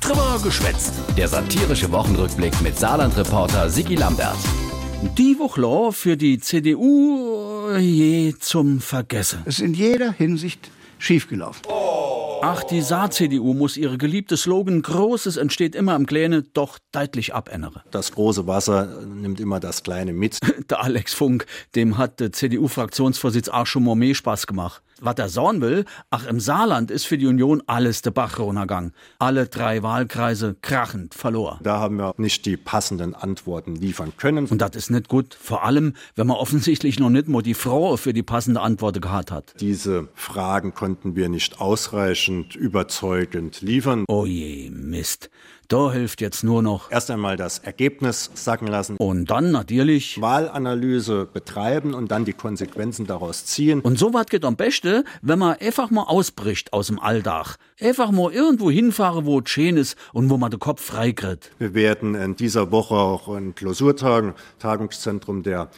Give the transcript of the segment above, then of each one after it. Trimmer geschwätzt. Der satirische Wochenrückblick mit Saarland-Reporter Sigi Lambert. Die Woche lang für die CDU äh, je zum Vergessen. Es ist in jeder Hinsicht schiefgelaufen. Ach, die Saar-CDU muss ihre geliebte Slogan Großes entsteht immer am Kleine doch deutlich abändern. Das große Wasser nimmt immer das kleine mit. Der Alex Funk, dem hat der CDU-Fraktionsvorsitz auch schon mal mehr Spaß gemacht. Was er sagen will, ach, im Saarland ist für die Union alles der Bach runtergegangen. Alle drei Wahlkreise krachend verlor. Da haben wir nicht die passenden Antworten liefern können. Und das ist nicht gut, vor allem, wenn man offensichtlich noch nicht mal die Frau für die passende Antwort gehabt hat. Diese Fragen konnten wir nicht ausreichend überzeugend liefern. Oh je, Mist. Da hilft jetzt nur noch. Erst einmal das Ergebnis sacken lassen, Und dann natürlich. Wahlanalyse betreiben und dann die Konsequenzen daraus ziehen. Und so was geht am besten, wenn man einfach mal ausbricht aus dem Alldach. Einfach mal irgendwo hinfahren, wo es schön ist und wo man den Kopf freikriegt. Wir werden in dieser Woche auch in Klausurtagen, Tagungszentrum der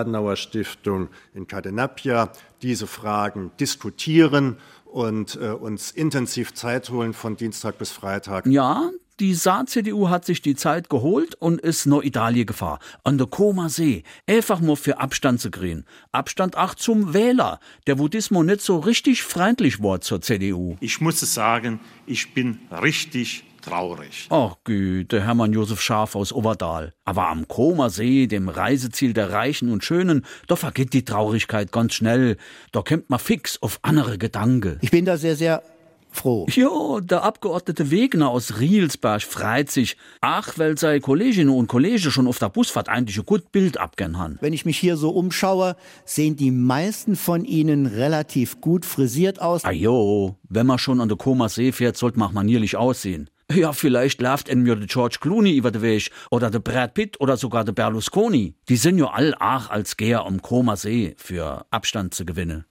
Konrad-Adenauer-Stiftung in Cadenapia, diese Fragen diskutieren und äh, uns intensiv Zeit holen von Dienstag bis Freitag. Ja, die Saar-CDU hat sich die Zeit geholt und ist nach Italien gefahren. An der Koma See. Einfach mal für Abstand zu kriegen. Abstand auch zum Wähler, der wo diesmal nicht so richtig freundlich war zur CDU. Ich muss es sagen, ich bin richtig traurig. Ach Güte, Hermann Josef Schaf aus Oberdahl. Aber am Komersee, dem Reiseziel der Reichen und Schönen, da vergeht die Traurigkeit ganz schnell. Da kommt man fix auf andere Gedanken. Ich bin da sehr, sehr froh. Jo, der Abgeordnete Wegner aus Rielsberg freut sich. Ach, weil seine Kolleginnen und Kollegen schon auf der Busfahrt eigentlich ein gut Bild abgehen haben. Wenn ich mich hier so umschaue, sehen die meisten von ihnen relativ gut frisiert aus. Ah jo, wenn man schon an der Koma See fährt, sollte man auch manierlich aussehen. Ja, vielleicht läuft in mir der George Clooney über den Weg oder der Brad Pitt oder sogar der Berlusconi. Die sind ja all ach als Geher am Koma See für Abstand zu gewinnen.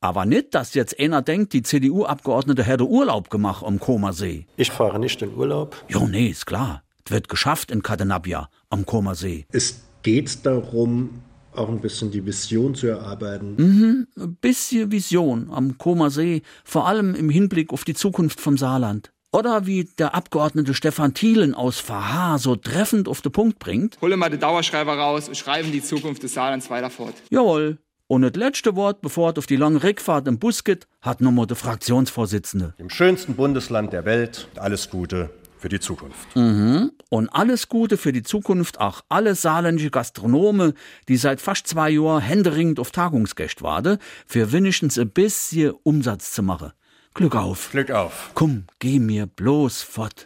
Aber nicht, dass jetzt einer denkt, die CDU-Abgeordnete hätte Urlaub gemacht am Koma See. Ich fahre nicht in Urlaub. Jo, nee, ist klar. Es wird geschafft in Kadenabia am Koma See. Es geht darum, auch ein bisschen die Vision zu erarbeiten. Ein bisschen Vision am Koma See, vor allem im Hinblick auf die Zukunft vom Saarland. Oder wie der Abgeordnete Stefan Thielen aus Verhaar so treffend auf den Punkt bringt. Hole mal den Dauerschreiber raus und schreiben die Zukunft des Saarlands weiter fort. Jawohl. Und das letzte Wort, bevor es auf die lange Rückfahrt im Bus geht, hat nochmal der Fraktionsvorsitzende. Im schönsten Bundesland der Welt. Alles Gute für die Zukunft. Und alles Gute für die Zukunft auch alle saarländische Gastronome, die seit fast zwei Jahren händeringend auf Tagungsgäste warten, für wenigstens ein bisschen Umsatz zu machen. Glück auf. Glück auf. Komm, geh mir bloß fort.